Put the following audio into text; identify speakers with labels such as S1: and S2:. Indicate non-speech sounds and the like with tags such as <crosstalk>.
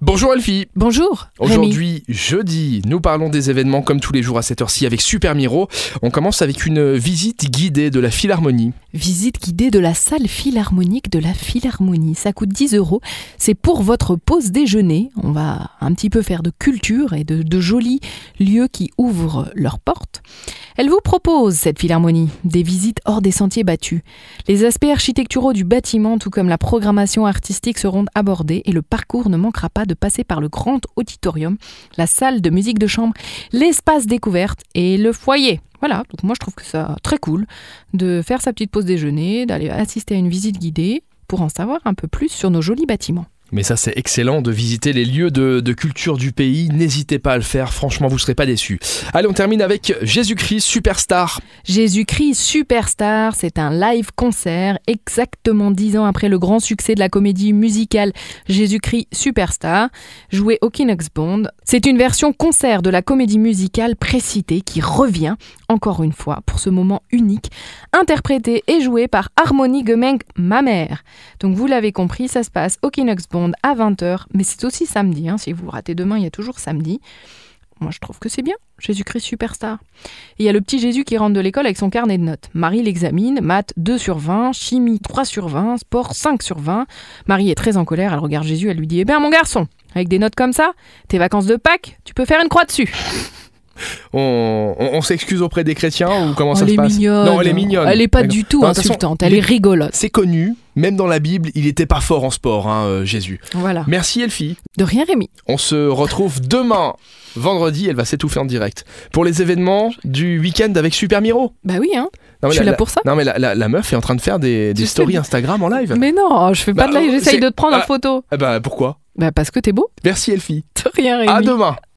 S1: Bonjour Elfie
S2: Bonjour. Rémi.
S1: Aujourd'hui, jeudi, nous parlons des événements comme tous les jours à cette heure-ci avec Super Miro. On commence avec une visite guidée de la Philharmonie.
S2: Visite guidée de la salle philharmonique de la Philharmonie. Ça coûte 10 euros. C'est pour votre pause déjeuner. On va un petit peu faire de culture et de, de jolis lieux qui ouvrent leurs portes. Elle vous propose, cette Philharmonie, des visites hors des sentiers battus. Les aspects architecturaux du bâtiment, tout comme la programmation artistique, seront abordés et le parcours ne manquera pas de passer par le grand auditorium, la salle de musique de chambre, l'espace découverte et le foyer. Voilà, donc moi je trouve que ça très cool de faire sa petite pause déjeuner, d'aller assister à une visite guidée pour en savoir un peu plus sur nos jolis bâtiments.
S1: Mais ça c'est excellent de visiter les lieux de, de culture du pays, n'hésitez pas à le faire, franchement vous serez pas déçus. Allez on termine avec Jésus-Christ Superstar.
S2: Jésus-Christ Superstar, c'est un live concert exactement dix ans après le grand succès de la comédie musicale Jésus-Christ Superstar, joué au Bond. C'est une version concert de la comédie musicale précitée qui revient, encore une fois, pour ce moment unique, interprété et joué par Harmony Gemeng, ma mère. Donc vous l'avez compris, ça se passe au Bond à 20h, mais c'est aussi samedi, hein, si vous ratez demain, il y a toujours samedi. Moi, je trouve que c'est bien. Jésus-Christ superstar. Et il y a le petit Jésus qui rentre de l'école avec son carnet de notes. Marie l'examine, maths 2 sur 20, chimie 3 sur 20, sport 5 sur 20. Marie est très en colère, elle regarde Jésus, elle lui dit Eh bien, mon garçon, avec des notes comme ça, tes vacances de Pâques, tu peux faire une croix dessus.
S1: On, on- on s'excuse auprès des chrétiens ou comment ça
S2: elle
S1: se
S2: est
S1: passe
S2: mignonne.
S1: Non, elle est mignonne.
S2: Oh, Elle est pas
S1: D'accord.
S2: du tout
S1: Non, de toute façon,
S2: insultante, elle
S1: il
S2: est rigolote.
S1: C'est connu, même dans la Bible, il n'était pas fort en sport, hein, euh, Jésus.
S2: Voilà.
S1: Merci Elfie.
S2: De rien, Rémi.
S1: On se retrouve demain, vendredi, elle va s'étouffer en direct, pour les événements du week-end avec Super Miro.
S2: Bah oui, hein.
S1: Non, mais
S2: je suis
S1: la-
S2: là pour ça.
S1: la- non, mais la, la- la meuf est en train de faire des, des
S2: Je sais
S1: stories
S2: bien.
S1: Instagram en live.
S2: Mais non, je fais pas
S1: Bah,
S2: de live,
S1: c'est-
S2: j'essaye de te prendre
S1: Ah.
S2: en photo.
S1: Eh ben, pourquoi
S2: Bah parce que t'es beau. <laughs>
S1: Merci Elfie.
S2: De rien, Rémi.
S1: À demain.